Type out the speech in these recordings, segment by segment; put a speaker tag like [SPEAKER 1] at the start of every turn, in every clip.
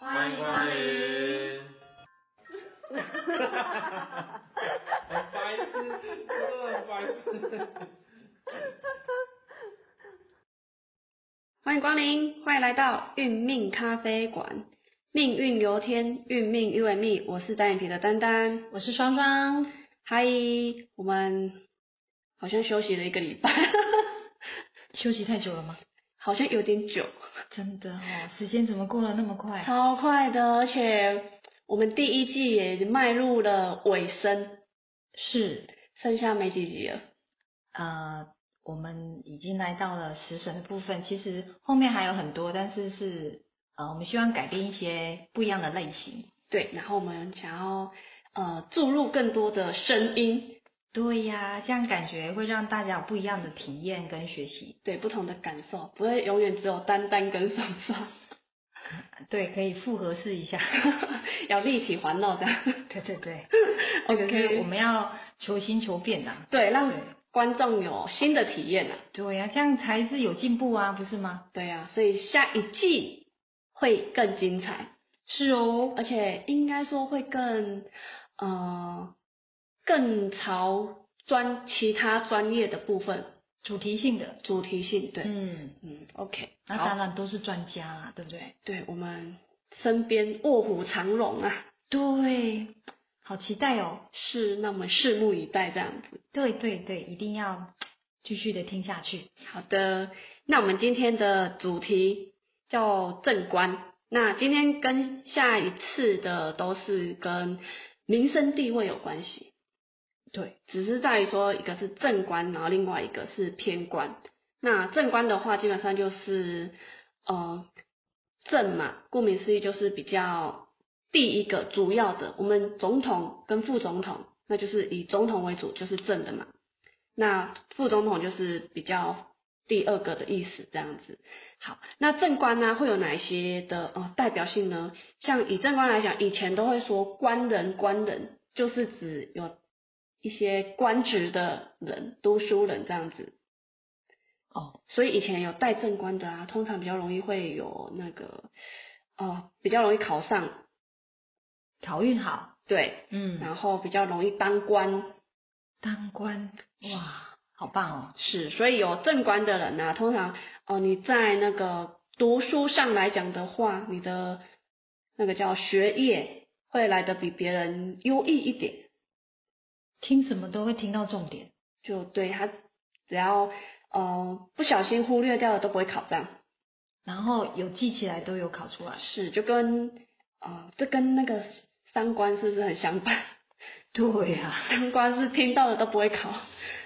[SPEAKER 1] 欢迎光临。
[SPEAKER 2] 很白痴，真的很白痴。
[SPEAKER 1] 欢迎光临，欢迎来到运命咖啡馆。命运由天，运命由命。我是单眼皮的丹丹，
[SPEAKER 3] 我是双双，
[SPEAKER 1] 嗨，我们好像休息了一个礼拜，
[SPEAKER 3] 休息太久了吗？
[SPEAKER 1] 好像有点久，
[SPEAKER 3] 真的哦，时间怎么过得那么快？
[SPEAKER 1] 超快的，而且我们第一季也迈入了尾声，
[SPEAKER 3] 是，
[SPEAKER 1] 剩下没几集了。
[SPEAKER 3] 呃，我们已经来到了食神的部分，其实后面还有很多，但是是呃，我们希望改变一些不一样的类型。
[SPEAKER 1] 对，然后我们想要呃注入更多的声音，
[SPEAKER 3] 对呀，这样感觉会让大家有不一样的体验跟学习。
[SPEAKER 1] 对不同的感受，不会永远只有单单跟双双，
[SPEAKER 3] 对，可以复合试一下。
[SPEAKER 1] 要立体环绕的。
[SPEAKER 3] 对对对，这个是
[SPEAKER 1] OK，
[SPEAKER 3] 我们要求新求变的、啊。
[SPEAKER 1] 对，让
[SPEAKER 3] 对
[SPEAKER 1] 观众有新的体验啊。
[SPEAKER 3] 对呀、这样才是有进步啊，不是吗？
[SPEAKER 1] 对啊，所以下一季会更精彩，
[SPEAKER 3] 是哦，
[SPEAKER 1] 而且应该说会更呃更朝专其他专业的部分
[SPEAKER 3] 主题性的。
[SPEAKER 1] 主题性。对，
[SPEAKER 3] 嗯，
[SPEAKER 1] 嗯，OK，
[SPEAKER 3] 那
[SPEAKER 1] 好
[SPEAKER 3] 当，然都是专家啦，对不对？
[SPEAKER 1] 对我们身边卧虎藏龙啊，
[SPEAKER 3] 对，好期待哦！
[SPEAKER 1] 是那我们拭目以待这样子。
[SPEAKER 3] 对对对，一定要继续的听下去。
[SPEAKER 1] 好的，那我们今天的主题叫正观。那今天跟下一次的都是跟民生地位有关系，
[SPEAKER 3] 对，
[SPEAKER 1] 只是在于说一个是正官，然后另外一个是偏官。那正官的话，基本上就是呃正嘛，顾名思义就是比较第一个主要的，我们总统跟副总统，那就是以总统为主，就是正的嘛。那副总统就是比较第二个的意思，这样子。好，那正官呢会有哪一些的呃代表性呢？像以正官来讲，以前都会说官人，官人就是指有一些官职的人、读书人这样子。
[SPEAKER 3] 哦，
[SPEAKER 1] 所以以前有带正官的啊，通常比较容易会有那个呃比较容易考上，
[SPEAKER 3] 考运好，
[SPEAKER 1] 对，
[SPEAKER 3] 嗯，
[SPEAKER 1] 然后比较容易当官，
[SPEAKER 3] 当官，哇，好棒哦！
[SPEAKER 1] 是，所以有正官的人啊，通常哦、你在那个读书上来讲的话，你的那个叫学业会来的比别人优异一点。
[SPEAKER 3] 听什么都会听到重点，
[SPEAKER 1] 就对他，只要呃不小心忽略掉的都不会考上。
[SPEAKER 3] 然后有记起来都有考出来。
[SPEAKER 1] 是，就跟呃这跟那个三观是不是很相反？
[SPEAKER 3] 对啊呀、
[SPEAKER 1] 三观是听到的都不会考，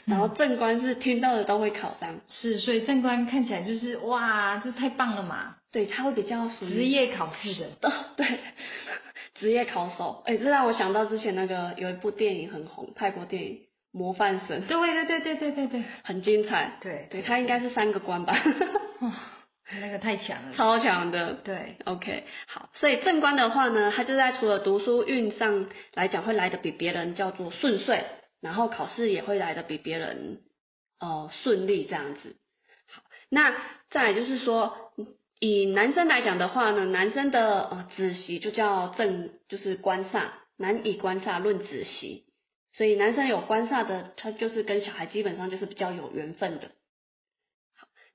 [SPEAKER 1] 然
[SPEAKER 3] 嗯
[SPEAKER 1] 后正观是听到的都会考上。
[SPEAKER 3] 是，所以正官看起来就是哇，就太棒了嘛，
[SPEAKER 1] 对，他会比较属于
[SPEAKER 3] 职业考试的。
[SPEAKER 1] 的，对，职业考手。哎、这让我想到之前那个有一部电影很红，泰国电影《模范生》，
[SPEAKER 3] 对对对对对对对
[SPEAKER 1] 很精彩。
[SPEAKER 3] 对
[SPEAKER 1] 对，他应该是三个关吧，
[SPEAKER 3] 哇，那个太强了。
[SPEAKER 1] 超强的。
[SPEAKER 3] 对，
[SPEAKER 1] OK，好，所以正官的话呢，他就在除了读书运上来讲会来的比别人叫做顺遂，然后考试也会来的比别人呃顺利这样子。好，那再来就是说，以男生来讲的话呢，男生的呃子息就叫正，就是官煞，男以官煞论子息，所以男生有官煞的，他就是跟小孩基本上就是比较有缘分的。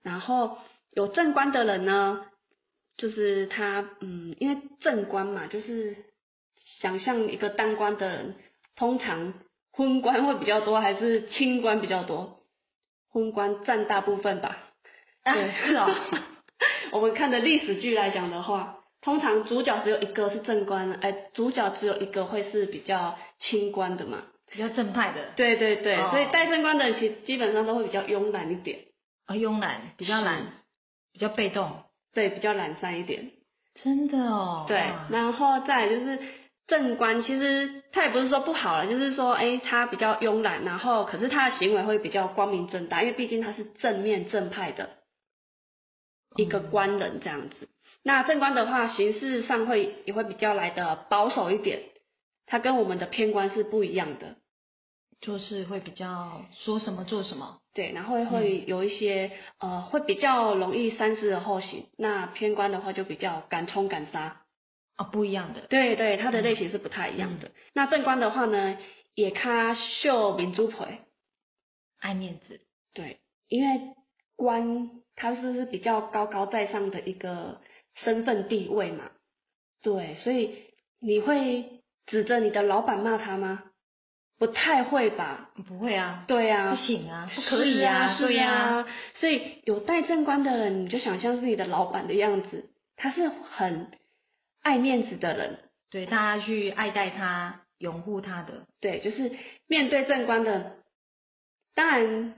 [SPEAKER 1] 然后有正官的人呢，就是他，嗯，因为正官嘛，就是想象一个当官的人，通常昏官会比较多，还是清官比较多？昏官占大部分吧。
[SPEAKER 3] 啊
[SPEAKER 1] 对，
[SPEAKER 3] 是哦。
[SPEAKER 1] 我们看的历史剧来讲的话，通常主角只有一个是正官，哎、主角只有一个会是比较清官的嘛。
[SPEAKER 3] 比较正派 的，
[SPEAKER 1] 对对对，
[SPEAKER 3] 哦
[SPEAKER 1] 所以带正官的人其实基本上都会比较慵懒一点，
[SPEAKER 3] 啊，慵懒，比较懒，比较被动，
[SPEAKER 1] 对，比较懒散一点。
[SPEAKER 3] 真的哦。
[SPEAKER 1] 对
[SPEAKER 3] 哇，
[SPEAKER 1] 然后再来就是正官，其实他也不是说不好了，就是说，哎，他比较慵懒，然后可是他的行为会比较光明正大，因为毕竟他是正面正派的一个官人这样子。那正官的话，形式上会也会比较来的保守一点，他跟我们的偏官是不一样的。
[SPEAKER 3] 就是会比较说什么做什么。
[SPEAKER 1] 对，然后会有一些、呃，会比较容易三思而后行。那偏官的话就比较敢冲敢杀，
[SPEAKER 3] 哦，不一样的，
[SPEAKER 1] 对对，它的类型是不太一样
[SPEAKER 3] 嗯
[SPEAKER 1] 的。那正官的话呢，也卡秀民主牌，
[SPEAKER 3] 爱面子，
[SPEAKER 1] 对，因为官它是比较高高在上的一个身份地位嘛，对，所以你会指着你的老板骂他吗？不太会吧？
[SPEAKER 3] 不会啊，
[SPEAKER 1] 对啊，
[SPEAKER 3] 不行啊，不
[SPEAKER 1] 是
[SPEAKER 3] 可以
[SPEAKER 1] 啊，
[SPEAKER 3] 对
[SPEAKER 1] 是啊，所以有带正官的人，你就想象是你的老板的样子，他是很爱面子的人，
[SPEAKER 3] 对，大家去爱戴他，拥护他的，
[SPEAKER 1] 对，就是面对正官的，当然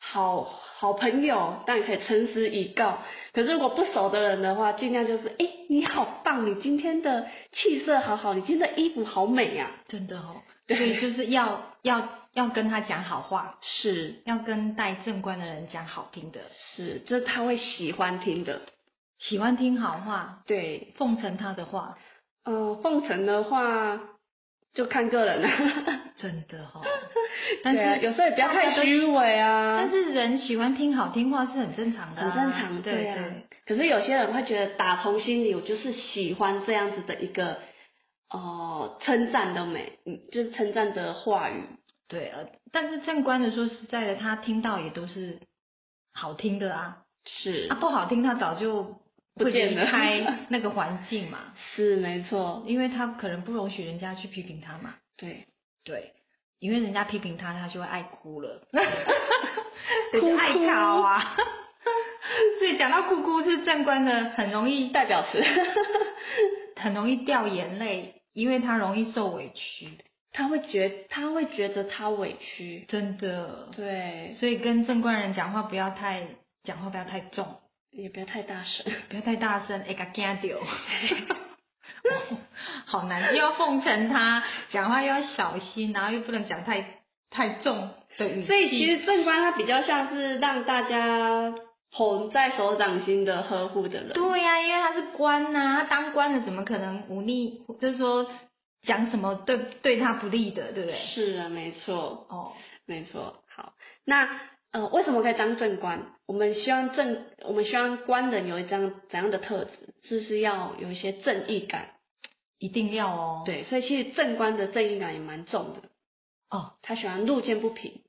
[SPEAKER 1] 好好朋友，当然可以诚实以告。可是如果不熟的人的话，尽量就是，哎、你好棒，你今天的气色好好，你今天的衣服好美啊呀、
[SPEAKER 3] 真的哦，所
[SPEAKER 1] 对
[SPEAKER 3] 以就是要要要跟他讲好话，
[SPEAKER 1] 是
[SPEAKER 3] 要跟带正官的人讲好听的，
[SPEAKER 1] 是，这他会喜欢听的。
[SPEAKER 3] 喜欢听好话，
[SPEAKER 1] 对，
[SPEAKER 3] 奉承他的话，
[SPEAKER 1] 呃，奉承的话就看个人了。
[SPEAKER 3] 真的哦，但
[SPEAKER 1] 对啊，
[SPEAKER 3] 是
[SPEAKER 1] 有时候也不要太虚伪啊。
[SPEAKER 3] 但是人喜欢听好听话是很正常的啊、
[SPEAKER 1] 很正常，
[SPEAKER 3] 对
[SPEAKER 1] 对啊。可是有些人会觉得打从心里，我就是喜欢这样子的一个哦、呃称赞的美，嗯，就是称赞的话语。
[SPEAKER 3] 对，呃，但是正官的说实在的，他听到也都是好听的啊，
[SPEAKER 1] 是
[SPEAKER 3] 啊不好听他早就
[SPEAKER 1] 不
[SPEAKER 3] 会
[SPEAKER 1] 见
[SPEAKER 3] 离
[SPEAKER 1] 了
[SPEAKER 3] 开那个环境嘛，
[SPEAKER 1] 是没错，
[SPEAKER 3] 因为他可能不容许人家去批评他嘛，
[SPEAKER 1] 对，
[SPEAKER 3] 对，因为人家批评他，他就会爱哭 了，
[SPEAKER 1] 哭哭
[SPEAKER 3] 就爱考啊。 所以讲到哭哭是正官的，很容易
[SPEAKER 1] 代表词，
[SPEAKER 3] 很容易掉眼泪，因为他容易受委屈，
[SPEAKER 1] 他会觉他会觉得他委屈，
[SPEAKER 3] 真的。
[SPEAKER 1] 对，
[SPEAKER 3] 所以跟正官人讲话不要太讲话不要太重，
[SPEAKER 1] 也不要太大声，
[SPEAKER 3] 不要太大声，哎，给惊掉。 好难，又要奉承他，讲话又要小心，然后又不能讲太太重的语气。
[SPEAKER 1] 所以其实正官他比较像是让大家捧在手掌心的呵护的人，
[SPEAKER 3] 对呀、因为他是官呐、他当官的怎么可能忤逆？就是说讲什么对对他不利的，对不对？
[SPEAKER 1] 是啊，没错，
[SPEAKER 3] 哦，
[SPEAKER 1] 没错，好，那呃，为什么可以当正官？我们希望正，我们希望官人有一张怎样的特质？就是要有一些正义感。
[SPEAKER 3] 一定要哦。，
[SPEAKER 1] 对，所以其实正官的正义感也蛮重的。
[SPEAKER 3] 哦
[SPEAKER 1] 他喜欢路见不平，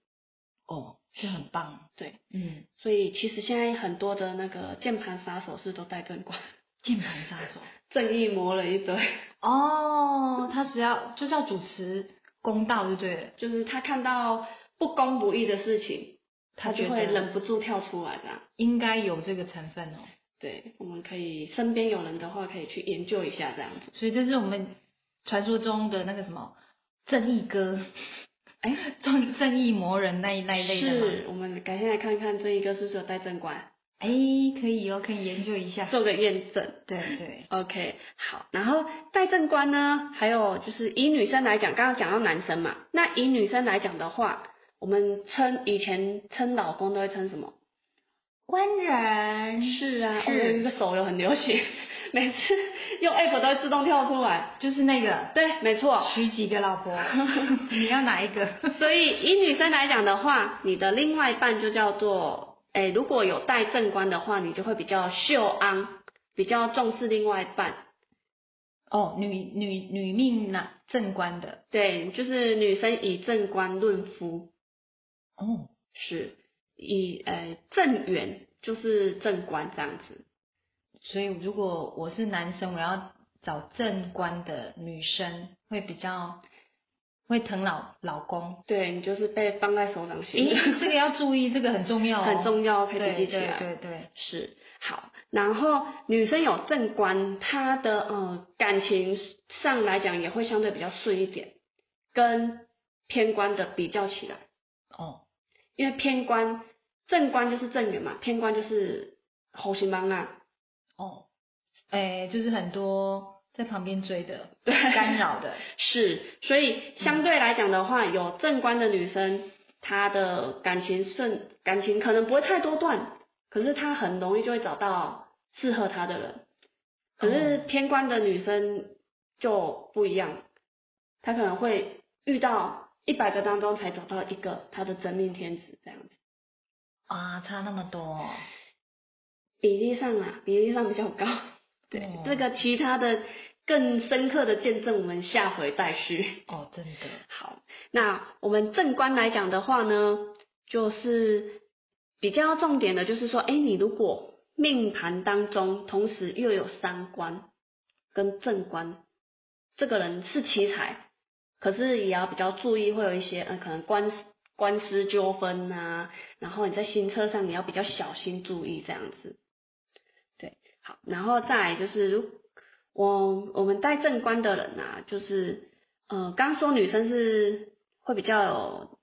[SPEAKER 3] 哦，是很棒。
[SPEAKER 1] 对，
[SPEAKER 3] 嗯，
[SPEAKER 1] 所以其实现在很多的那个键盘杀手是都带正官，
[SPEAKER 3] 键盘杀手。
[SPEAKER 1] 正义魔人一堆，
[SPEAKER 3] 哦，他只要就是要主持公道就对了，
[SPEAKER 1] 就是他看到不公不义的事情，他
[SPEAKER 3] 觉
[SPEAKER 1] 就会
[SPEAKER 3] 得
[SPEAKER 1] 忍不住跳出来这样。
[SPEAKER 3] 应该有这个成分哦。
[SPEAKER 1] 对，我们可以身边有人的话，可以去研究一下这样子。
[SPEAKER 3] 所以这是我们传说中的那个什么正义哥，
[SPEAKER 1] 哎，
[SPEAKER 3] 正正义魔人那一那一类的嘛。
[SPEAKER 1] 是，我们改天来看看这一个是不是有带正官，
[SPEAKER 3] 哎，可以哦，可以研究一下。
[SPEAKER 1] 做个验证。
[SPEAKER 3] 对对，
[SPEAKER 1] OK，好，然后带正官呢，还有就是以女生来讲，刚刚讲到男生嘛，那以女生来讲的话，我们称以前称老公都会称什么？
[SPEAKER 3] 官人
[SPEAKER 1] 是啊，
[SPEAKER 3] 是
[SPEAKER 1] 我有一个手游很流行， 每次用 app 都会自动跳出来。
[SPEAKER 3] 就是那个
[SPEAKER 1] 对，没错。
[SPEAKER 3] 娶几个老婆， 你要哪一个？
[SPEAKER 1] 所以以女生来讲的话，你的另外一半就叫做，哎，如果有带正官的话，你就会比较秀昂，比较重视另外一半。
[SPEAKER 3] 哦，女女女命男正官的
[SPEAKER 1] 对，就是女生以正官论夫，
[SPEAKER 3] 哦，
[SPEAKER 1] 是以呃正缘就是正官这样子。
[SPEAKER 3] 所以如果我是男生，我要找正官的女生，会比较会疼老老 公。
[SPEAKER 1] 对你就是被放在手掌心
[SPEAKER 3] 诶
[SPEAKER 1] 的，，
[SPEAKER 3] 这个要注意，这个很重要、哦，
[SPEAKER 1] 很重要，可
[SPEAKER 3] 对
[SPEAKER 1] 以笔
[SPEAKER 3] 对
[SPEAKER 1] 记起来。
[SPEAKER 3] 对对，
[SPEAKER 1] 是好，然后女生有正官，她的呃感情上来讲也会相对比较顺一点，跟偏官的比较起来，
[SPEAKER 3] 哦，
[SPEAKER 1] 因为偏官正官就是正缘嘛，偏官就是猴心帮啊，
[SPEAKER 3] 哦，哎，就是很多在旁边追的，
[SPEAKER 1] 对
[SPEAKER 3] 干扰的，
[SPEAKER 1] 是，所以相对来讲的话，有正官的女生，她的感情顺感情可能不会太多段，可是她很容易就会找到适合她的人。可是偏官的女生就不一样，她可能会遇到一百个当中才找到一个她的真命天子这样子，
[SPEAKER 3] 啊，差那么多哦、
[SPEAKER 1] 比例上啊，比例上比较高。对，
[SPEAKER 3] 哦
[SPEAKER 1] 这个其他的更深刻的见证我们下回待续。
[SPEAKER 3] 哦，真的，
[SPEAKER 1] 好，那我们正观来讲的话呢，就是比较重点的，就是说，哎，你如果命盘当中同时又有伤官跟正官，这个人是奇才，可是也要比较注意，会有一些呃，可能官司官司纠纷呐、然后你在行车上你要比较小心注意这样子。对，好，然后再来就是如我我们带正官的人啊，就是呃，刚说女生是会比较有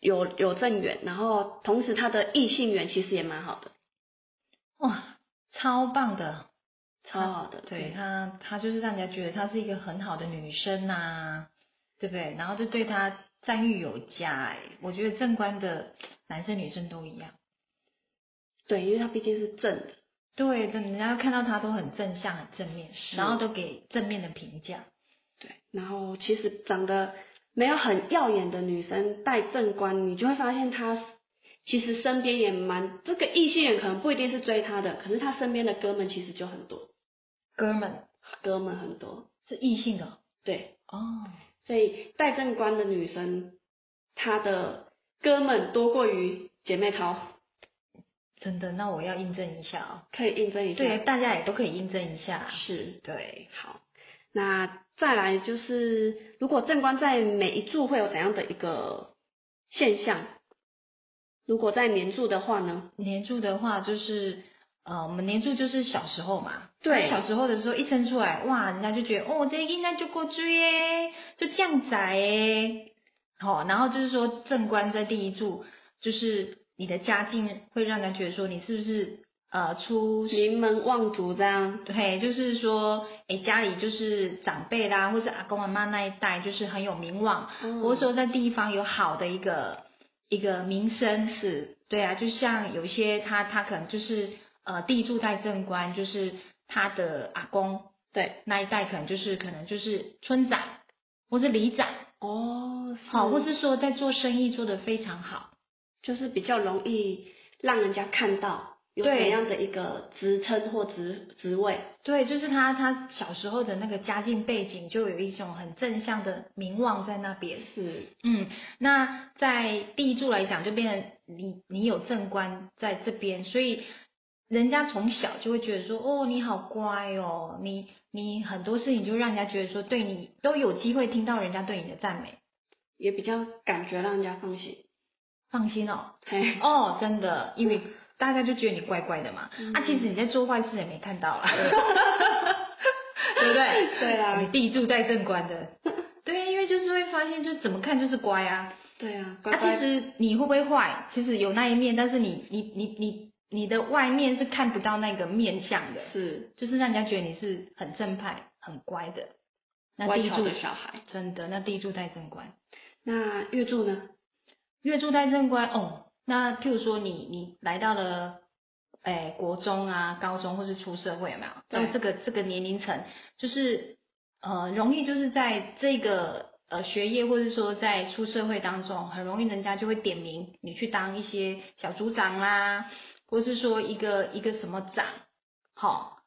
[SPEAKER 1] 有有正缘，然后同时她的异性缘其实也蛮好的，
[SPEAKER 3] 哇，超棒的，
[SPEAKER 1] 超好的。
[SPEAKER 3] 哦对她，她就是让人家觉得她是一个很好的女生呐、对不对？然后就对她赞誉有加、哎，我觉得正官的男生女生都一样，
[SPEAKER 1] 对，因为她毕竟是正的，
[SPEAKER 3] 对，真的人家看到她都很正向、很正面，然后都给正面的评价。
[SPEAKER 1] 对。然后其实长得没有很耀眼的女生带正官，你就会发现她其实身边也蛮这个异性缘可能不一定是追她的，可是她身边的哥们其实就很多，
[SPEAKER 3] 哥们
[SPEAKER 1] 哥们很多，
[SPEAKER 3] 是异性的
[SPEAKER 1] 对，
[SPEAKER 3] 哦，
[SPEAKER 1] 所以带正官的女生，她的哥们多过于姐妹淘，
[SPEAKER 3] 真的，那我要印证一下哦。
[SPEAKER 1] 可以印证一下。
[SPEAKER 3] 对，，大家也都可以印证一下。
[SPEAKER 1] 是
[SPEAKER 3] 对，
[SPEAKER 1] 好。那再来就是，如果正官在每一柱会有怎样的一个现象？如果在年柱的话呢？
[SPEAKER 3] 年柱的话就是。呃，我们年柱就是小时候嘛，
[SPEAKER 1] 对
[SPEAKER 3] 小时候的时候一生出来，哇，人家就觉得哦，这个应该就过追耶，就这样仔耶，好、然后就是说正官在第一柱，就是你的家境会让人家觉得说你是不是呃出
[SPEAKER 1] 名门望族这样，
[SPEAKER 3] 对，就是说，诶，家里就是长辈啦，或是阿公阿妈那一代，就是很有名望，
[SPEAKER 1] 嗯
[SPEAKER 3] 或者说在地方有好的一个一个名声，是对啊，就像有一些他他可能就是呃地柱带正官，就是他的阿公
[SPEAKER 1] 对
[SPEAKER 3] 那一代，可能就是可能就是村长或是里长，
[SPEAKER 1] 哦，
[SPEAKER 3] 好，或
[SPEAKER 1] 是
[SPEAKER 3] 是说在做生意做得非常好，
[SPEAKER 1] 就是比较容易让人家看到有
[SPEAKER 3] 对
[SPEAKER 1] 怎样的一个职称或职职位，
[SPEAKER 3] 对，就是他他小时候的那个家境背景，就有一种很正向的名望在那边。
[SPEAKER 1] 是
[SPEAKER 3] 嗯，那在第一柱来讲，就变成你你有正官在这边，所以人家从小就会觉得说，哦，你好乖哦，你你很多事情就让人家觉得说，对你都有机会听到人家对你的赞美，
[SPEAKER 1] 也比较感觉让人家放心。
[SPEAKER 3] 放心哦，
[SPEAKER 1] 嘿，
[SPEAKER 3] 哦，真的，因为大家就觉得你怪怪的嘛，啊，其实你在做坏事也没看到 啦，对不对？
[SPEAKER 1] 对啊
[SPEAKER 3] 我
[SPEAKER 1] 啦
[SPEAKER 3] 们，第一柱带正官 的，对，因为就是会发现，就怎么看就是乖啊。
[SPEAKER 1] 对啊，乖
[SPEAKER 3] 那、
[SPEAKER 1] 乖
[SPEAKER 3] 其实你会不会坏？其实有那一面，但是你你你你你的外面是看不到那个面相的，
[SPEAKER 1] 是
[SPEAKER 3] 就是让人家觉得你是很正派、很乖的。那
[SPEAKER 1] 乖
[SPEAKER 3] 地
[SPEAKER 1] 巧
[SPEAKER 3] 柱
[SPEAKER 1] 的小孩。
[SPEAKER 3] 真的，那地柱带正官，
[SPEAKER 1] 那月柱呢？
[SPEAKER 3] 月柱带正官哦。那譬如说你你来到了。哎，国中啊、高中或是出社会有没有？
[SPEAKER 1] 对
[SPEAKER 3] 到这个这个年龄层，就是呃，容易就是在这个呃学业或者说在出社会当中，很容易人家就会点名你去当一些小组长啦，或是说一个一个什么长，好、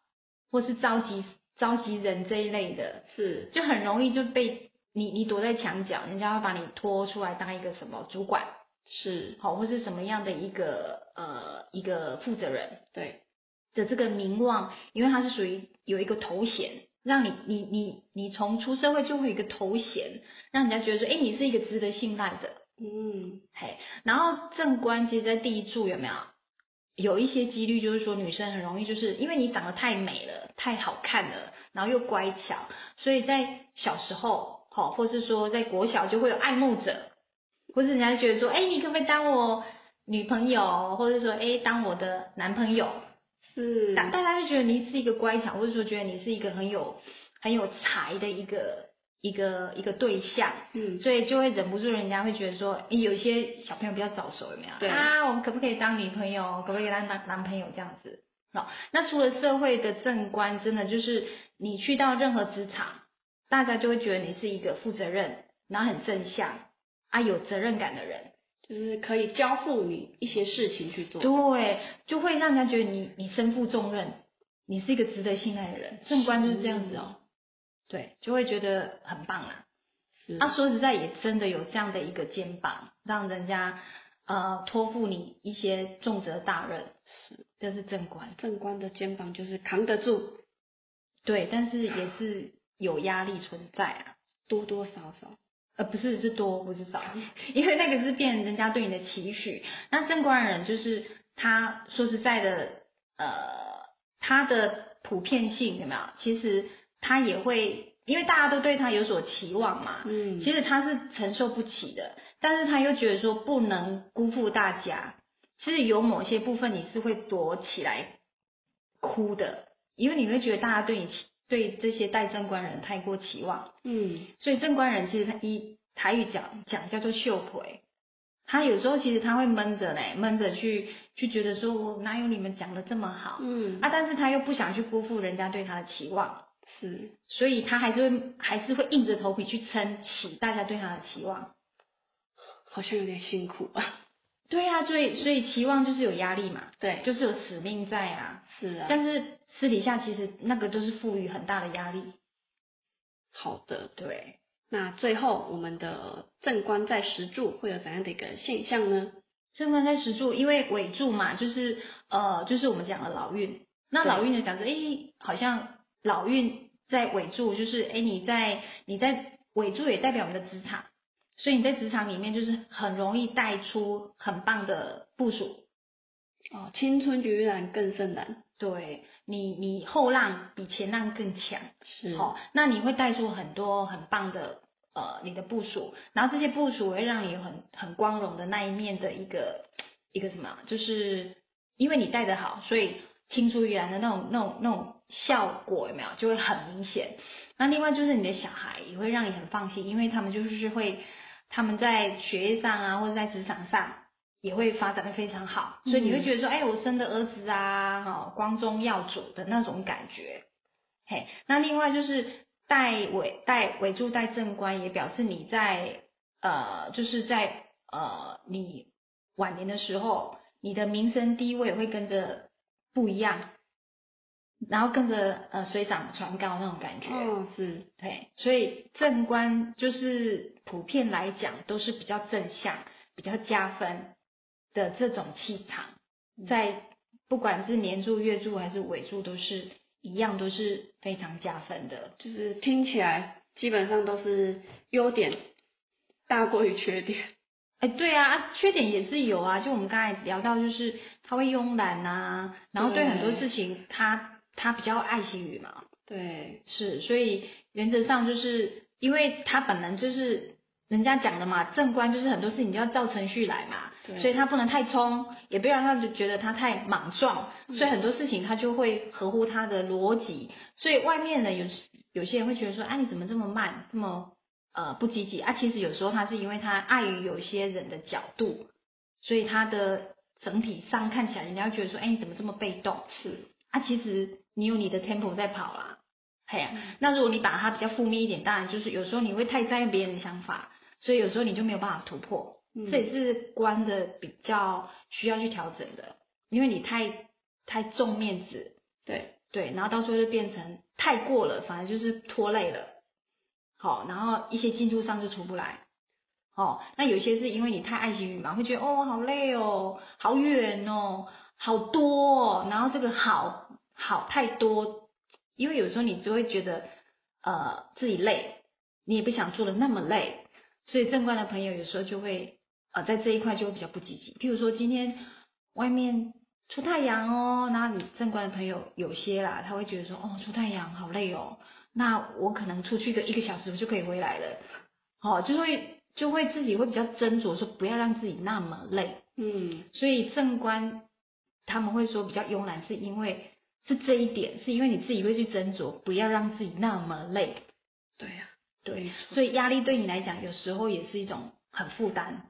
[SPEAKER 3] 或是召集召集人这一类的，
[SPEAKER 1] 是
[SPEAKER 3] 就很容易就被你你躲在墙角，人家会把你拖出来当一个什么主管，
[SPEAKER 1] 是，
[SPEAKER 3] 好、或是什么样的一个呃一个负责人，
[SPEAKER 1] 对，
[SPEAKER 3] 的这个名望，因为它是属于有一个头衔，让你你你你从出社会就会有一个头衔，让人家觉得说，哎，你是一个值得信赖的。
[SPEAKER 1] 嗯，
[SPEAKER 3] 嘿，然后正官其实，在第一柱有没有？有一些几率就是说，女生很容易就是因为你长得太美了、太好看了，然后又乖巧，所以在小时候，好、或是说在国小就会有爱慕者，或是人家觉得说，哎，你可不可以当我女朋友，或者说，哎，当我的男朋友，
[SPEAKER 1] 是
[SPEAKER 3] 大大家就觉得你是一个乖巧，或者说觉得你是一个很有很有才的一个一个一个对象，
[SPEAKER 1] 嗯，
[SPEAKER 3] 所以就会忍不住人家会觉得说，诶有一些小朋友比较早熟，有没有？
[SPEAKER 1] 对
[SPEAKER 3] 啊，我们可不可以当女朋友？可不可以当男男朋友这样子？好，那除了社会的正观，真的就是你去到任何职场，大家就会觉得你是一个负责任，然后很正向啊，有责任感的人。
[SPEAKER 1] 就是可以交付你一些事情去做，
[SPEAKER 3] 对，就会让人家觉得你你身负重任，你是一个值得信赖的人。正官就是这样子哦。对，就会觉得很棒啊。
[SPEAKER 1] 是
[SPEAKER 3] 那、说实在，也真的有这样的一个肩膀，让人家呃托付你一些重责大任，
[SPEAKER 1] 是
[SPEAKER 3] 这是正官。
[SPEAKER 1] 正官的肩膀就是扛得住，
[SPEAKER 3] 对，但是也是有压力存在啊，
[SPEAKER 1] 多多少少
[SPEAKER 3] 呃，不是是多不是少， 因为那个是变人家对你的期许。那正官人就是他说实在的，呃，他的普遍性有没有？其实他也会，因为大家都对他有所期望嘛，
[SPEAKER 1] 嗯
[SPEAKER 3] 其实他是承受不起的，但是他又觉得说不能辜负大家。其实有某些部分你是会躲起来哭的，因为你会觉得大家对你期对这些带正官人太过期望，
[SPEAKER 1] 嗯
[SPEAKER 3] 所以正官人其实他一台语讲讲叫做秀婆，他有时候其实他会闷着嘞，闷着去去觉得说我哪有你们讲的这么好、
[SPEAKER 1] 嗯
[SPEAKER 3] 啊，但是他又不想去辜负人家对他的期望，
[SPEAKER 1] 是
[SPEAKER 3] 所以他还是会还是会硬着头皮去撑起大家对他的期望。
[SPEAKER 1] 好像有点辛苦 啊。
[SPEAKER 3] 对啊，所以所以期望就是有压力嘛，
[SPEAKER 1] 对，
[SPEAKER 3] 就是有使命在啊。
[SPEAKER 1] 是啊，
[SPEAKER 3] 但是私底下其实那个都是赋予很大的压力。
[SPEAKER 1] 好的。
[SPEAKER 3] 对，
[SPEAKER 1] 那最后我们的正官在石柱会有怎样的一个现象呢？
[SPEAKER 3] 正官在石柱，因为尾柱嘛，就是呃，就是我们讲的老运。那
[SPEAKER 1] 对
[SPEAKER 3] 老运就讲说，哎、好像老运在尾柱，就是哎、诶你在你在尾柱也代表我们的职场，所以你在职场里面就是很容易带出很棒的部署。
[SPEAKER 1] 哦，青春于蓝更胜蓝，
[SPEAKER 3] 对你，你后浪比前浪更强，
[SPEAKER 1] 是
[SPEAKER 3] 好、那你会带出很多很棒的呃你的部署，然后这些部署会让你有很很光荣的那一面的一个一个什么，就是因为你带的好，所以青出于蓝的那种那种那种效果有没有就会很明显。那另外就是你的小孩也会让你很放心，因为他们就是会他们在学业上啊，或者在职场上。也会发展的非常好，所以你会
[SPEAKER 1] 嗯
[SPEAKER 3] 觉得说，哎、我生的儿子啊，哈，光宗耀祖的那种感觉。嘿，那另外就是带尾带尾柱带正官，也表示你在呃，就是在呃你晚年的时候，你的名声地位会跟着不一样，然后跟着呃水涨船高那种感觉。
[SPEAKER 1] 哦，是
[SPEAKER 3] 对，所以正官就是普遍来讲都是比较正向、比较加分的这种气场，在不管是年柱、月柱还是尾柱，都是一样，都是非常加分的。
[SPEAKER 1] 就是听起来基本上都是优点大过于缺点，
[SPEAKER 3] 哎，对啊啊，缺点也是有啊，就我们刚才聊到，就是他会慵懒啊，然后对很多
[SPEAKER 1] 对
[SPEAKER 3] 事情他他比较爱惜羽毛，
[SPEAKER 1] 对，
[SPEAKER 3] 是，所以原则上就是因为他本人就是人家讲的嘛，正官就是很多事情就要照程序来嘛，
[SPEAKER 1] 对
[SPEAKER 3] 所以他不能太冲，也不要让他觉得他太莽撞，所以很多事情他就会合乎他的逻辑，所以外面呢有有些人会觉得说，啊你怎么这么慢，这么呃不积极啊？其实有时候他是因为他碍于有些人的角度，所以他的整体上看起来人家会觉得说，哎你怎么这么被动？
[SPEAKER 1] 是
[SPEAKER 3] 啊，其实你有你的 tempo 在跑啦，嘿呀、那如果你把它比较负面一点，当然就是有时候你会太在意别人的想法，所以有时候你就没有办法突破，
[SPEAKER 1] 嗯
[SPEAKER 3] 这也是官的比较需要去调整的，因为你太太重面子，
[SPEAKER 1] 对，
[SPEAKER 3] 对，然后到最后就变成太过了，反而就是拖累了，好，然后一些进度上就出不来。哦，那有些是因为你太爱惜羽毛，会觉得哦好累哦，好远哦，好多哦，然后这个好好太多，因为有时候你就会觉得呃自己累，你也不想做的那么累，所以正官的朋友有时候就会呃在这一块就会比较不积极。譬如说今天外面出太阳哦，那你正官的朋友有些啦，他会觉得说哦出太阳好累哦，那我可能出去个一个小时我就可以回来了，哦就会就会自己会比较斟酌说不要让自己那么累，
[SPEAKER 1] 嗯，
[SPEAKER 3] 所以正官他们会说比较慵懒，是因为是这一点，是因为你自己会去斟酌，不要让自己那么累。
[SPEAKER 1] 对呀、
[SPEAKER 3] 对
[SPEAKER 1] 没，错
[SPEAKER 3] 所以压力对你来讲，有时候也是一种很负担。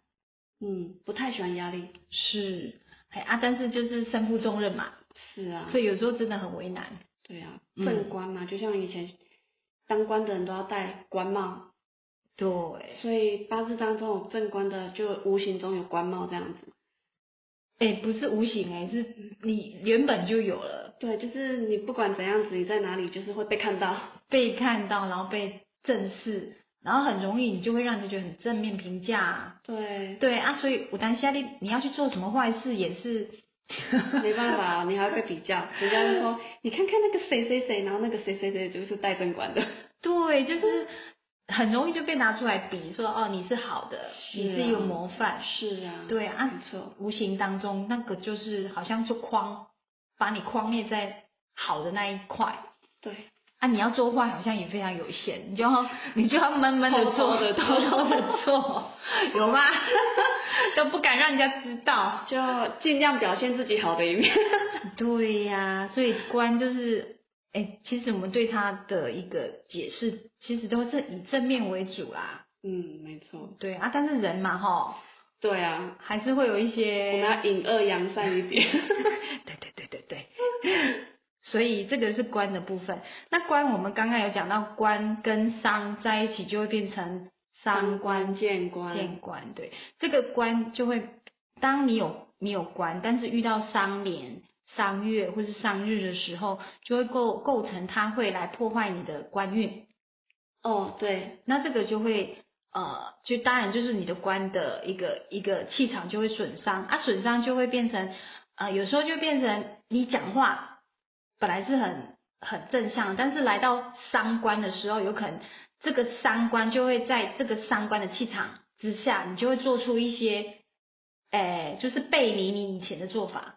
[SPEAKER 1] 嗯，不太喜欢压力，
[SPEAKER 3] 是，哎啊，但是就是身负重任嘛，
[SPEAKER 1] 是啊，
[SPEAKER 3] 所以有时候真的很为难。
[SPEAKER 1] 对啊，
[SPEAKER 3] 嗯
[SPEAKER 1] 正官嘛，就像以前当官的人都要戴官帽，
[SPEAKER 3] 对，
[SPEAKER 1] 所以八字当中有正官的，就无形中有官帽这样子，
[SPEAKER 3] 哎、不是无形哎、是你原本就有了，
[SPEAKER 1] 对，就是你不管怎样子，你在哪里就是会被看到。
[SPEAKER 3] 被看到，然后被正视，然后很容易你就会让人家觉得很正面评价、
[SPEAKER 1] 对，
[SPEAKER 3] 对啊，所以我担心你你要去做什么坏事也是，
[SPEAKER 1] 没办法，哦你还会被比较，人家就说你看看那个谁谁谁，然后那个谁谁谁就是带正管的。
[SPEAKER 3] 对，就是很容易就被拿出来比，说哦你是好的，你是有模范，
[SPEAKER 1] 是啊，
[SPEAKER 3] 对啊
[SPEAKER 1] 没，错，
[SPEAKER 3] 无形当中那个就是好像就框把你框列在好的那一块。
[SPEAKER 1] 对，
[SPEAKER 3] 啊，你要做坏好像也非常有限，你就 要你就要闷闷的做，
[SPEAKER 1] 偷偷地做
[SPEAKER 3] 偷偷的做， 有吗？都不敢让人家知道。
[SPEAKER 1] 就尽量表现自己好的一面。
[SPEAKER 3] 对呀、所以官就是，哎，其实我们对他的一个解释，其实都是以正面为主啦。
[SPEAKER 1] 嗯，没错，
[SPEAKER 3] 对啊，但是人嘛，吼，
[SPEAKER 1] 对啊，
[SPEAKER 3] 还是会有一
[SPEAKER 1] 我
[SPEAKER 3] 些
[SPEAKER 1] 们要引恶扬善一点。
[SPEAKER 3] 对对对对 对。所以这个是官的部分。那官我们刚刚有讲到，官跟商在一起就会变成 商官
[SPEAKER 1] 见官，
[SPEAKER 3] 见官。对，这个官就会，当你有你有官，但是遇到商年、商月或是商日的时候，就会构构成它会来破坏你的官运。
[SPEAKER 1] 哦，对，
[SPEAKER 3] 那这个就会呃，就当然就是你的官的一个一个气场就会损伤啊，损伤就会变成呃，有时候就变成你讲话本来是很很正向，但是来到伤官的时候，有可能这个伤官就会在这个伤官的气场之下，你就会做出一些，诶、就是背离你以前的做法，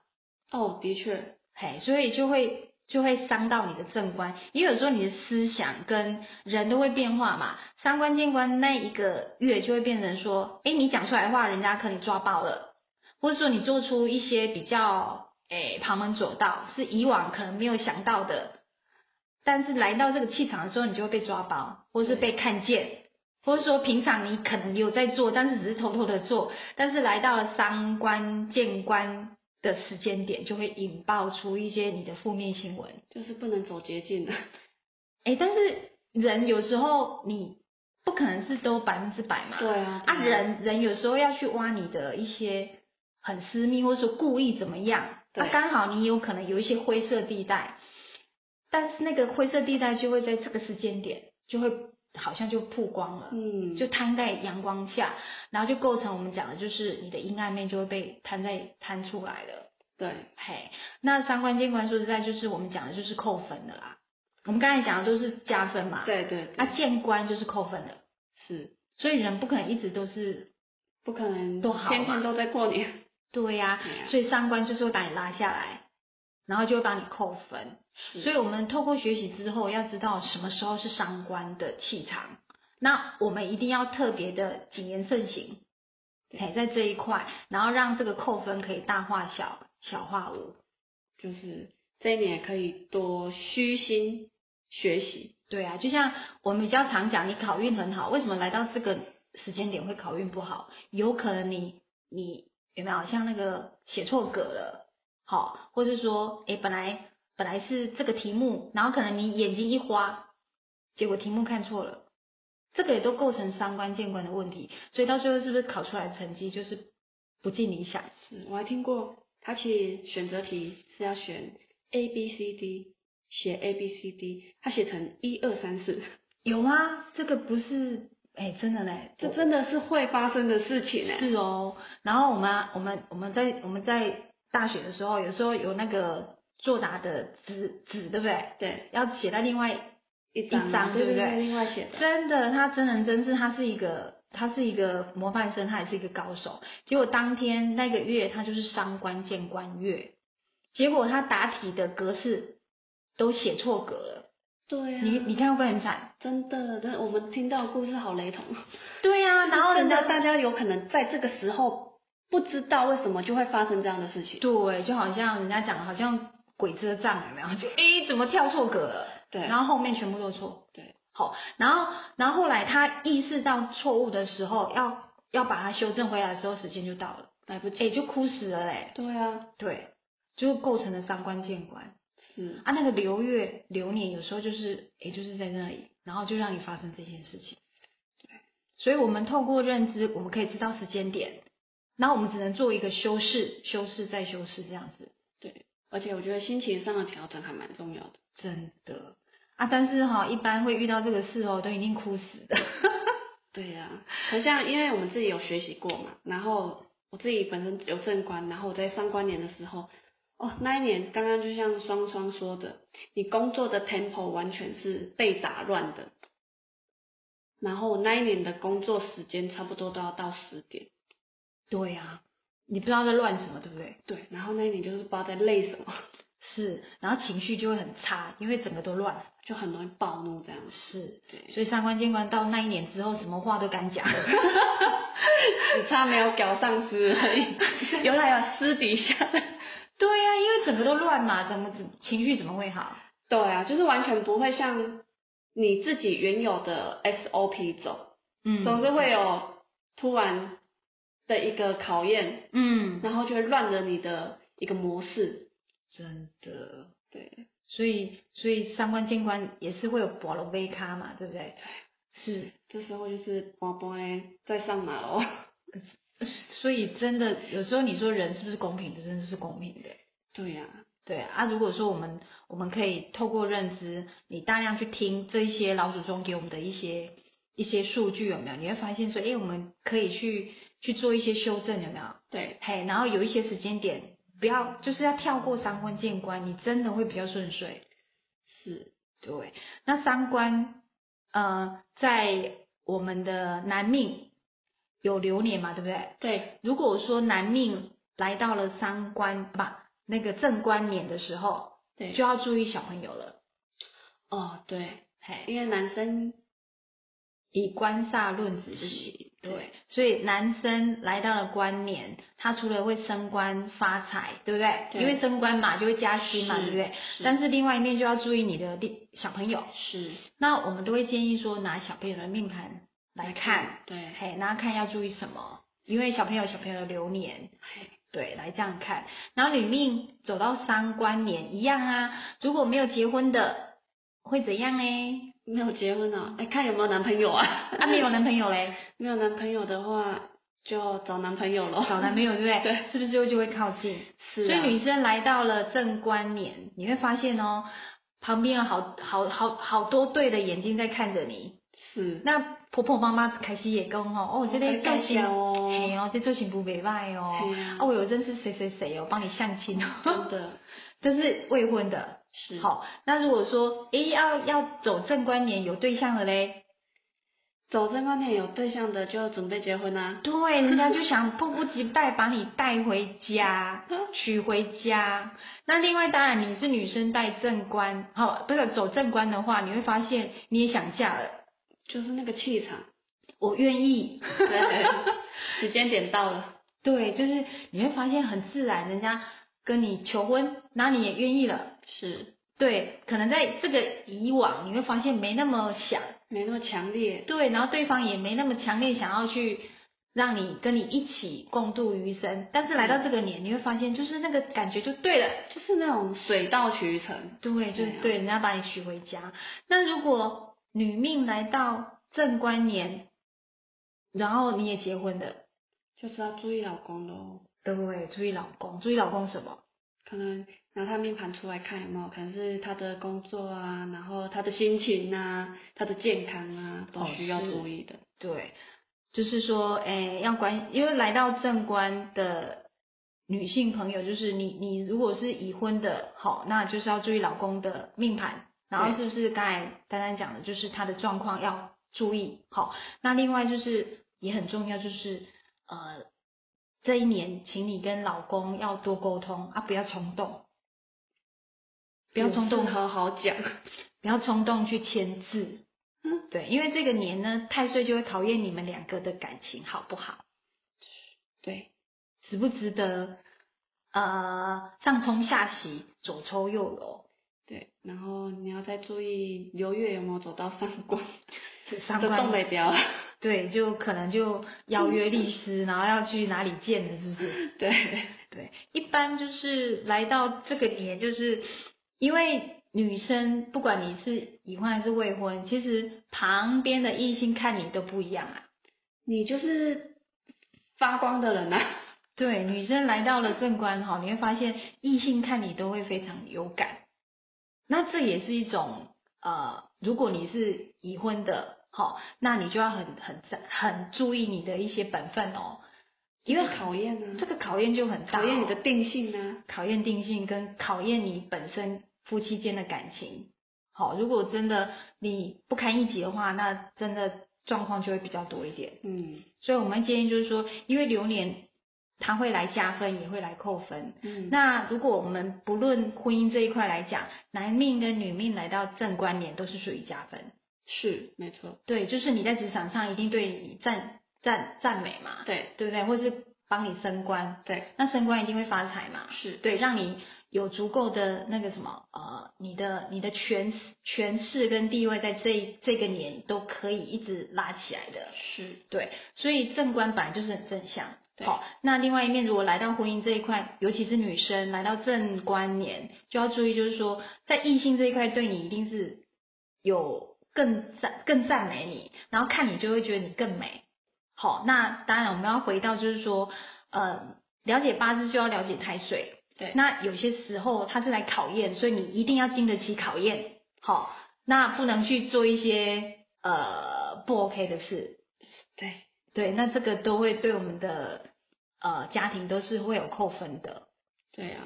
[SPEAKER 1] 哦，的确，
[SPEAKER 3] 嘿，所以就会就会伤到你的正官，因为有时候你的思想跟人都会变化嘛。三官见官那一个月就会变成说，哎，你讲出来的话，人家可能抓包了，或者说你做出一些比较哎旁门左道，是以往可能没有想到的，但是来到这个气场的时候，你就会被抓包，或是被看见。或者说平常你可能有在做，但是只是偷偷的做，但是来到了三观见官的时间点，就会引爆出一些你的负面新闻。
[SPEAKER 1] 就是不能走捷径的。
[SPEAKER 3] 哎，但是人有时候你不可能是都百分之百嘛，
[SPEAKER 1] 对啊，
[SPEAKER 3] 啊，人人有时候要去挖你的一些很私密，或者说故意怎么样，
[SPEAKER 1] 对
[SPEAKER 3] 啊，刚好你有可能有一些灰色地带，但是那个灰色地带就会在这个时间点就会好像就曝光了，
[SPEAKER 1] 嗯，
[SPEAKER 3] 就摊在阳光下，然后就构成我们讲的就是你的阴暗面就会被摊在摊出来了。
[SPEAKER 1] 对，
[SPEAKER 3] 嘿，那三观见官说实在就是我们讲的就是扣分的啦。我们刚才讲的都是加分嘛，，
[SPEAKER 1] 对对
[SPEAKER 3] 啊
[SPEAKER 1] 对，
[SPEAKER 3] 见官就是扣分的，
[SPEAKER 1] 是
[SPEAKER 3] 所以人不可能一直都是
[SPEAKER 1] 不可能
[SPEAKER 3] 都好嘛
[SPEAKER 1] 天天都在过年。
[SPEAKER 3] 对呀、
[SPEAKER 1] 对啊
[SPEAKER 3] 所以三观就是会把你拉下来，然后就会把你扣分。所以我们透过学习之后，要知道什么时候是伤官的气场，那我们一定要特别的谨言慎行，
[SPEAKER 1] 对
[SPEAKER 3] 哎，在这一块，然后让这个扣分可以大化小，小化无。
[SPEAKER 1] 就是这一年也可以多虚心学习。
[SPEAKER 3] 对啊，就像我们比较常讲，你考运很好，为什么来到这个时间点会考运不好？有可能你你有没有像那个写错格了，好，或是说，诶，本来本来是这个题目，然后可能你眼睛一花，结果题目看错了，这个也都构成三观见观的问题，所以到最后是不是考出来的成绩就是不尽理想？
[SPEAKER 1] 是我还听过，他其实选择题是要选 A B C D，写 A B C D，他写成一二三四，
[SPEAKER 3] 有啊，这个不是，诶，真的嘞，
[SPEAKER 1] 这
[SPEAKER 3] 我
[SPEAKER 1] 真的是会发生的事情哎、
[SPEAKER 3] 是哦，然后我们啊我们我们在我们在大学的时候，有时候有那个作答的纸纸，对不对？
[SPEAKER 1] 对，
[SPEAKER 3] 要写在另外，
[SPEAKER 1] 一张
[SPEAKER 3] 一张
[SPEAKER 1] 对
[SPEAKER 3] 对不对
[SPEAKER 1] 对？另外写的，
[SPEAKER 3] 真的，他真人真事，他是一个他是一个模范生，他也是一个高手。结果当天那个月，他就是伤官见官月，结果他答题的格式都写错格了，
[SPEAKER 1] 对啊，
[SPEAKER 3] 你你看会不会很惨？
[SPEAKER 1] 真的，但我们听到的故事好雷同。
[SPEAKER 3] 对呀、 然后
[SPEAKER 1] 真
[SPEAKER 3] 人家
[SPEAKER 1] 的，大家有可能在这个时候不知道为什么就会发生这样的事情。
[SPEAKER 3] 对，就好像人家讲的，好像鬼遮障有没有？就诶，怎么跳错格了？
[SPEAKER 1] 对
[SPEAKER 3] 然后后面全部都错。
[SPEAKER 1] 对，
[SPEAKER 3] 好，然后然后后来他意识到错误的时候，要要把它修正回来的时候，时间就到了，
[SPEAKER 1] 来不及。
[SPEAKER 3] 诶，就哭死了嘞。
[SPEAKER 1] 哎对啊，
[SPEAKER 3] 对，就构成了三观见观
[SPEAKER 1] 是
[SPEAKER 3] 啊。那个流月流年有时候就是诶，就是在那里，然后就让你发生这件事情。所以我们透过认知，我们可以知道时间点，然后我们只能做一个修饰、修饰再修饰这样子，
[SPEAKER 1] 而且我觉得心情上的调整还蛮重要的。
[SPEAKER 3] 真的啊。但是哈、一般会遇到这个事哦，都一定哭死 的。
[SPEAKER 1] 对呀、好像因为我们自己有学习过嘛，然后我自己本身有正官，然后我在上官年的时候，哦，那一年刚刚就像双双说的，你工作的 tempo 完全是被打乱的，然后我那一年的工作时间差不多都要到十点，
[SPEAKER 3] 对呀、你不知道在乱什么，对不对？
[SPEAKER 1] 对，然后那一年就是不知道在累什么，
[SPEAKER 3] 是，然后情绪就会很差，因为整个都乱。
[SPEAKER 1] 就很容易暴怒这样子。
[SPEAKER 3] 是，
[SPEAKER 1] 对，
[SPEAKER 3] 所以三观监管到那一年之后，什么话都敢 讲。
[SPEAKER 1] 只差没有搞上司而已， 有啦有私底下的。
[SPEAKER 3] 对呀、因为整个都乱嘛，怎么怎情绪怎么会好？
[SPEAKER 1] 对啊，就是完全不会像你自己原有的 SOP 走，
[SPEAKER 3] 嗯
[SPEAKER 1] 总是会有突然的一个考验，
[SPEAKER 3] 嗯，
[SPEAKER 1] 然后就会乱了你的一个模式。
[SPEAKER 3] 真的。
[SPEAKER 1] 对，
[SPEAKER 3] 所以，所以三观监管也是会有保罗威咖嘛，对不对？是，
[SPEAKER 1] 这时候就是波波哎，再上马喽。
[SPEAKER 3] 所以真的有时候你说人是不是公平的，真的是公平的。
[SPEAKER 1] 对呀、
[SPEAKER 3] 对啊，如果说我们我们可以透过认知，你大量去听这一些老祖宗给我们的一些一些数据，有没有？你会发现说，哎，我们可以去去做一些修正，有没有？
[SPEAKER 1] 对
[SPEAKER 3] 嘿，然后有一些时间点，不要就是要跳过三观见观，你真的会比较顺遂。
[SPEAKER 1] 是，
[SPEAKER 3] 对，那三观，呃，在我们的男命有流年嘛，对不对？
[SPEAKER 1] 对
[SPEAKER 3] 如果说男命来到了三观不那个正官年的时候，
[SPEAKER 1] 对，
[SPEAKER 3] 就要注意小朋友了。
[SPEAKER 1] 哦对，
[SPEAKER 3] 嘿，
[SPEAKER 1] 因为男生
[SPEAKER 3] 以官煞论子
[SPEAKER 1] 自
[SPEAKER 3] 息，
[SPEAKER 1] 己
[SPEAKER 3] 对，所以男生来到了官年，他除了会升官发财，对不对？
[SPEAKER 1] 对
[SPEAKER 3] 因为升官嘛，就会加薪嘛，
[SPEAKER 1] 是
[SPEAKER 3] 对不对？
[SPEAKER 1] 是
[SPEAKER 3] 但是另外一面就要注意你的弟小朋友。
[SPEAKER 1] 是
[SPEAKER 3] 那我们都会建议说，拿小朋友的命盘来看，，
[SPEAKER 1] 对，
[SPEAKER 3] 嘿，那看要注意什么？因为小朋友有小朋友的流年，
[SPEAKER 1] 嘿
[SPEAKER 3] 对，来这样看。然后女命走到三官年一样啊，如果没有结婚的会怎样呢？
[SPEAKER 1] 没有结婚啊，哎，看有没有男朋友啊？
[SPEAKER 3] 啊，没有男朋友嘞，
[SPEAKER 1] 没有男朋友的话，就找男朋友咯。
[SPEAKER 3] 找男朋友对不对？
[SPEAKER 1] 对，
[SPEAKER 3] 是不是就就会靠近？
[SPEAKER 1] 是
[SPEAKER 3] 所
[SPEAKER 1] 啊
[SPEAKER 3] 以女生来到了正官年，你会发现哦，旁边有好好好好多对的眼睛在看着你。
[SPEAKER 1] 是
[SPEAKER 3] 那婆婆妈妈开始也讲哦，哦，这个造型
[SPEAKER 1] 哦哦
[SPEAKER 3] 嘿哦，这造型不美歹哦
[SPEAKER 1] 嘿啊，
[SPEAKER 3] 啊，我有认识谁谁谁哦，帮你相亲
[SPEAKER 1] 真
[SPEAKER 3] 哦，
[SPEAKER 1] 的
[SPEAKER 3] 这是未婚的。
[SPEAKER 1] 是
[SPEAKER 3] 好，那如果说诶要要走正官年有对象的嘞，
[SPEAKER 1] 走正观点有对象的就准备结婚啊。
[SPEAKER 3] 对，人家就想迫不及待把你带回家，娶回家。那另外，当然你是女生带正官，好、这个走正官的话，你会发现你也想嫁了，
[SPEAKER 1] 就是那个气场，
[SPEAKER 3] 我愿意。
[SPEAKER 1] 对，时间点到了，
[SPEAKER 3] 对，就是你会发现很自然，人家跟你求婚，那你也愿意了。
[SPEAKER 1] 是
[SPEAKER 3] 对，可能在这个以往，你会发现没那么想，
[SPEAKER 1] 没那么强烈，
[SPEAKER 3] 对，然后对方也没那么强烈想要去让你跟你一起共度余生，但是来到这个年，你会发现就是那个感觉就对了，
[SPEAKER 1] 就是那种水到渠成。
[SPEAKER 3] 对，就是
[SPEAKER 1] 对啊
[SPEAKER 3] 对，人家把你娶回家。那如果女命来到正官年，然后你也结婚了，
[SPEAKER 1] 就是要注意老公喽，
[SPEAKER 3] 对，注意老公，注意老公什么？
[SPEAKER 1] 可能拿他命盘出来看有没有，可能是他的工作啊，然后他的心情啊，他的健康啊，都
[SPEAKER 3] 哦
[SPEAKER 1] 需要
[SPEAKER 3] 是
[SPEAKER 1] 注意的。
[SPEAKER 3] 对，就是说，诶，要关，因为来到正官的女性朋友，就是你，你如果是已婚的，好，那就是要注意老公的命盘，然后是不是刚才丹丹讲的，就是他的状况要注意，好，那另外就是也很重要，就是呃，这一年，请你跟老公要多沟通啊，不要冲动，不要冲动
[SPEAKER 1] 有事好好讲。
[SPEAKER 3] 不要冲动去签字
[SPEAKER 1] 嗯。
[SPEAKER 3] 对，因为这个年呢，太岁就会考验你们两个的感情好不好，
[SPEAKER 1] 对，
[SPEAKER 3] 值不值得，呃，上冲下洗，左抽右揉，
[SPEAKER 1] 对，然后你要再注意流月有没有走到上官，
[SPEAKER 3] 这三
[SPEAKER 1] 的东
[SPEAKER 3] 观
[SPEAKER 1] 北标，
[SPEAKER 3] 对，就可能就邀约律师，然后要去哪里见了，是不是？
[SPEAKER 1] 对，
[SPEAKER 3] 对，一般就是来到这个年，就是因为女生不管你是已婚还是未婚，其实旁边的异性看你都不一样啊。
[SPEAKER 1] 你就是发光的人呐、啊，
[SPEAKER 3] 对，女生来到了正官哈，你会发现异性看你都会非常有感。那这也是一种呃，如果你是已婚的，好，那你就要很很很注意你的一些本分哦，因为
[SPEAKER 1] 考验呢、
[SPEAKER 3] 这个考验就很大、哦
[SPEAKER 1] 考验你的定性啊呢、
[SPEAKER 3] 考验定性跟考验你本身夫妻间的感情。好，如果真的你不堪一击的话，那真的状况就会比较多一点。
[SPEAKER 1] 嗯
[SPEAKER 3] 所以我们建议就是说，因为流年它会来加分，也会来扣分。
[SPEAKER 1] 嗯
[SPEAKER 3] 那如果我们不论婚姻这一块来讲，男命跟女命来到正官年都是属于加分。
[SPEAKER 1] 是没错，
[SPEAKER 3] 对，就是你在职场上一定对你赞赞赞美嘛，
[SPEAKER 1] 对
[SPEAKER 3] 对不对？或是帮你升官，
[SPEAKER 1] 对
[SPEAKER 3] 那升官一定会发财嘛，
[SPEAKER 1] 是，
[SPEAKER 3] 对，让你有足够的那个什么呃，你的你的权权势跟地位在这一这个年都可以一直拉起来的。
[SPEAKER 1] 是
[SPEAKER 3] 对，所以正官本来就是很正向。
[SPEAKER 1] 对
[SPEAKER 3] 好，那另外一面，如果来到婚姻这一块，尤其是女生来到正官年，就要注意，就是说在异性这一块对你一定是有更赞更赞美你，然后看你就会觉得你更美。好，那当然我们要回到就是说，呃，了解八字就要了解太岁，
[SPEAKER 1] 对
[SPEAKER 3] 那有些时候它是来考验，所以你一定要经得起考验。好，那不能去做一些呃不 OK 的事。
[SPEAKER 1] 对
[SPEAKER 3] 对，那这个都会对我们的呃家庭都是会有扣分的，
[SPEAKER 1] 对啊，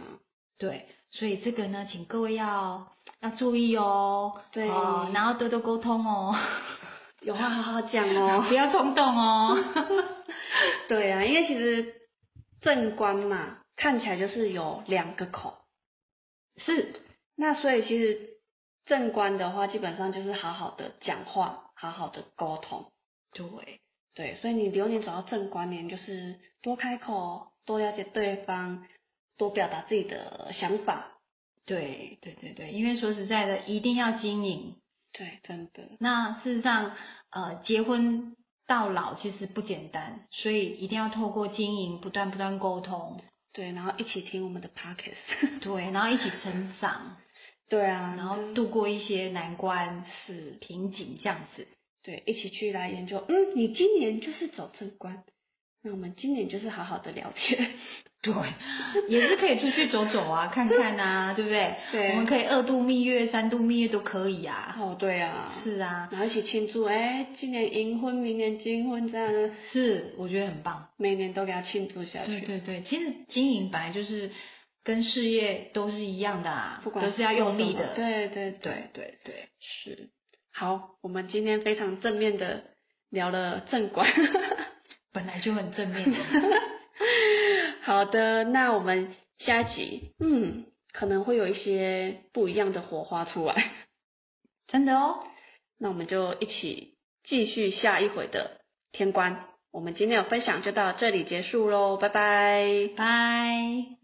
[SPEAKER 3] 对，所以这个呢，请各位要要注意哦，
[SPEAKER 1] 对
[SPEAKER 3] 哦，然后多多沟通哦，
[SPEAKER 1] 有话好好讲哦。
[SPEAKER 3] 不要冲动哦，
[SPEAKER 1] 对啊，因为其实正官嘛，看起来就是有两个口，
[SPEAKER 3] 是，
[SPEAKER 1] 那所以其实正官的话，基本上就是好好的讲话，好好的沟通。
[SPEAKER 3] 对，
[SPEAKER 1] 对，所以你流年走到正官年，就是多开口，多了解对方，多表达自己的想法。
[SPEAKER 3] 对，对对对，因为说实在的，一定要经营。
[SPEAKER 1] 对，真的
[SPEAKER 3] 那事实上，呃，结婚到老其实不简单，所以一定要透过经营，不断不断沟通，
[SPEAKER 1] 对，然后一起听我们的 podcast。
[SPEAKER 3] 对，然后一起成长，
[SPEAKER 1] 对啊，
[SPEAKER 3] 然后度过一些难关、
[SPEAKER 1] 是
[SPEAKER 3] 瓶颈这样子。
[SPEAKER 1] 对，一起去来研究。嗯，你今年就是走正官，那我们今年就是好好的聊天。
[SPEAKER 3] 对，也是可以出去走走啊，看看啊， 对不对？
[SPEAKER 1] 对
[SPEAKER 3] 我们可以二度蜜月、三度蜜月都可以啊。
[SPEAKER 1] 哦，对啊，
[SPEAKER 3] 是啊，
[SPEAKER 1] 然后一起庆祝，哎，今年银婚，明年金婚，这样
[SPEAKER 3] 是，我觉得很棒。
[SPEAKER 1] 每年都给他庆祝下
[SPEAKER 3] 对
[SPEAKER 1] 去。
[SPEAKER 3] 对对，其实经营本来就是跟事业都是一样的啊，
[SPEAKER 1] 不管
[SPEAKER 3] 都是要用
[SPEAKER 1] 做
[SPEAKER 3] 力
[SPEAKER 1] 什
[SPEAKER 3] 的。
[SPEAKER 1] 么对对
[SPEAKER 3] 对对对，
[SPEAKER 1] 是。好，我们今天非常正面的聊了正管。
[SPEAKER 3] 本来就很正面的。
[SPEAKER 1] 好的，那我们下一集，嗯，可能会有一些不一样的火花出来，
[SPEAKER 3] 真的哦，
[SPEAKER 1] 那我们就一起继续下一回的天官。我们今天的分享就到这里结束喽，拜拜。
[SPEAKER 3] 拜。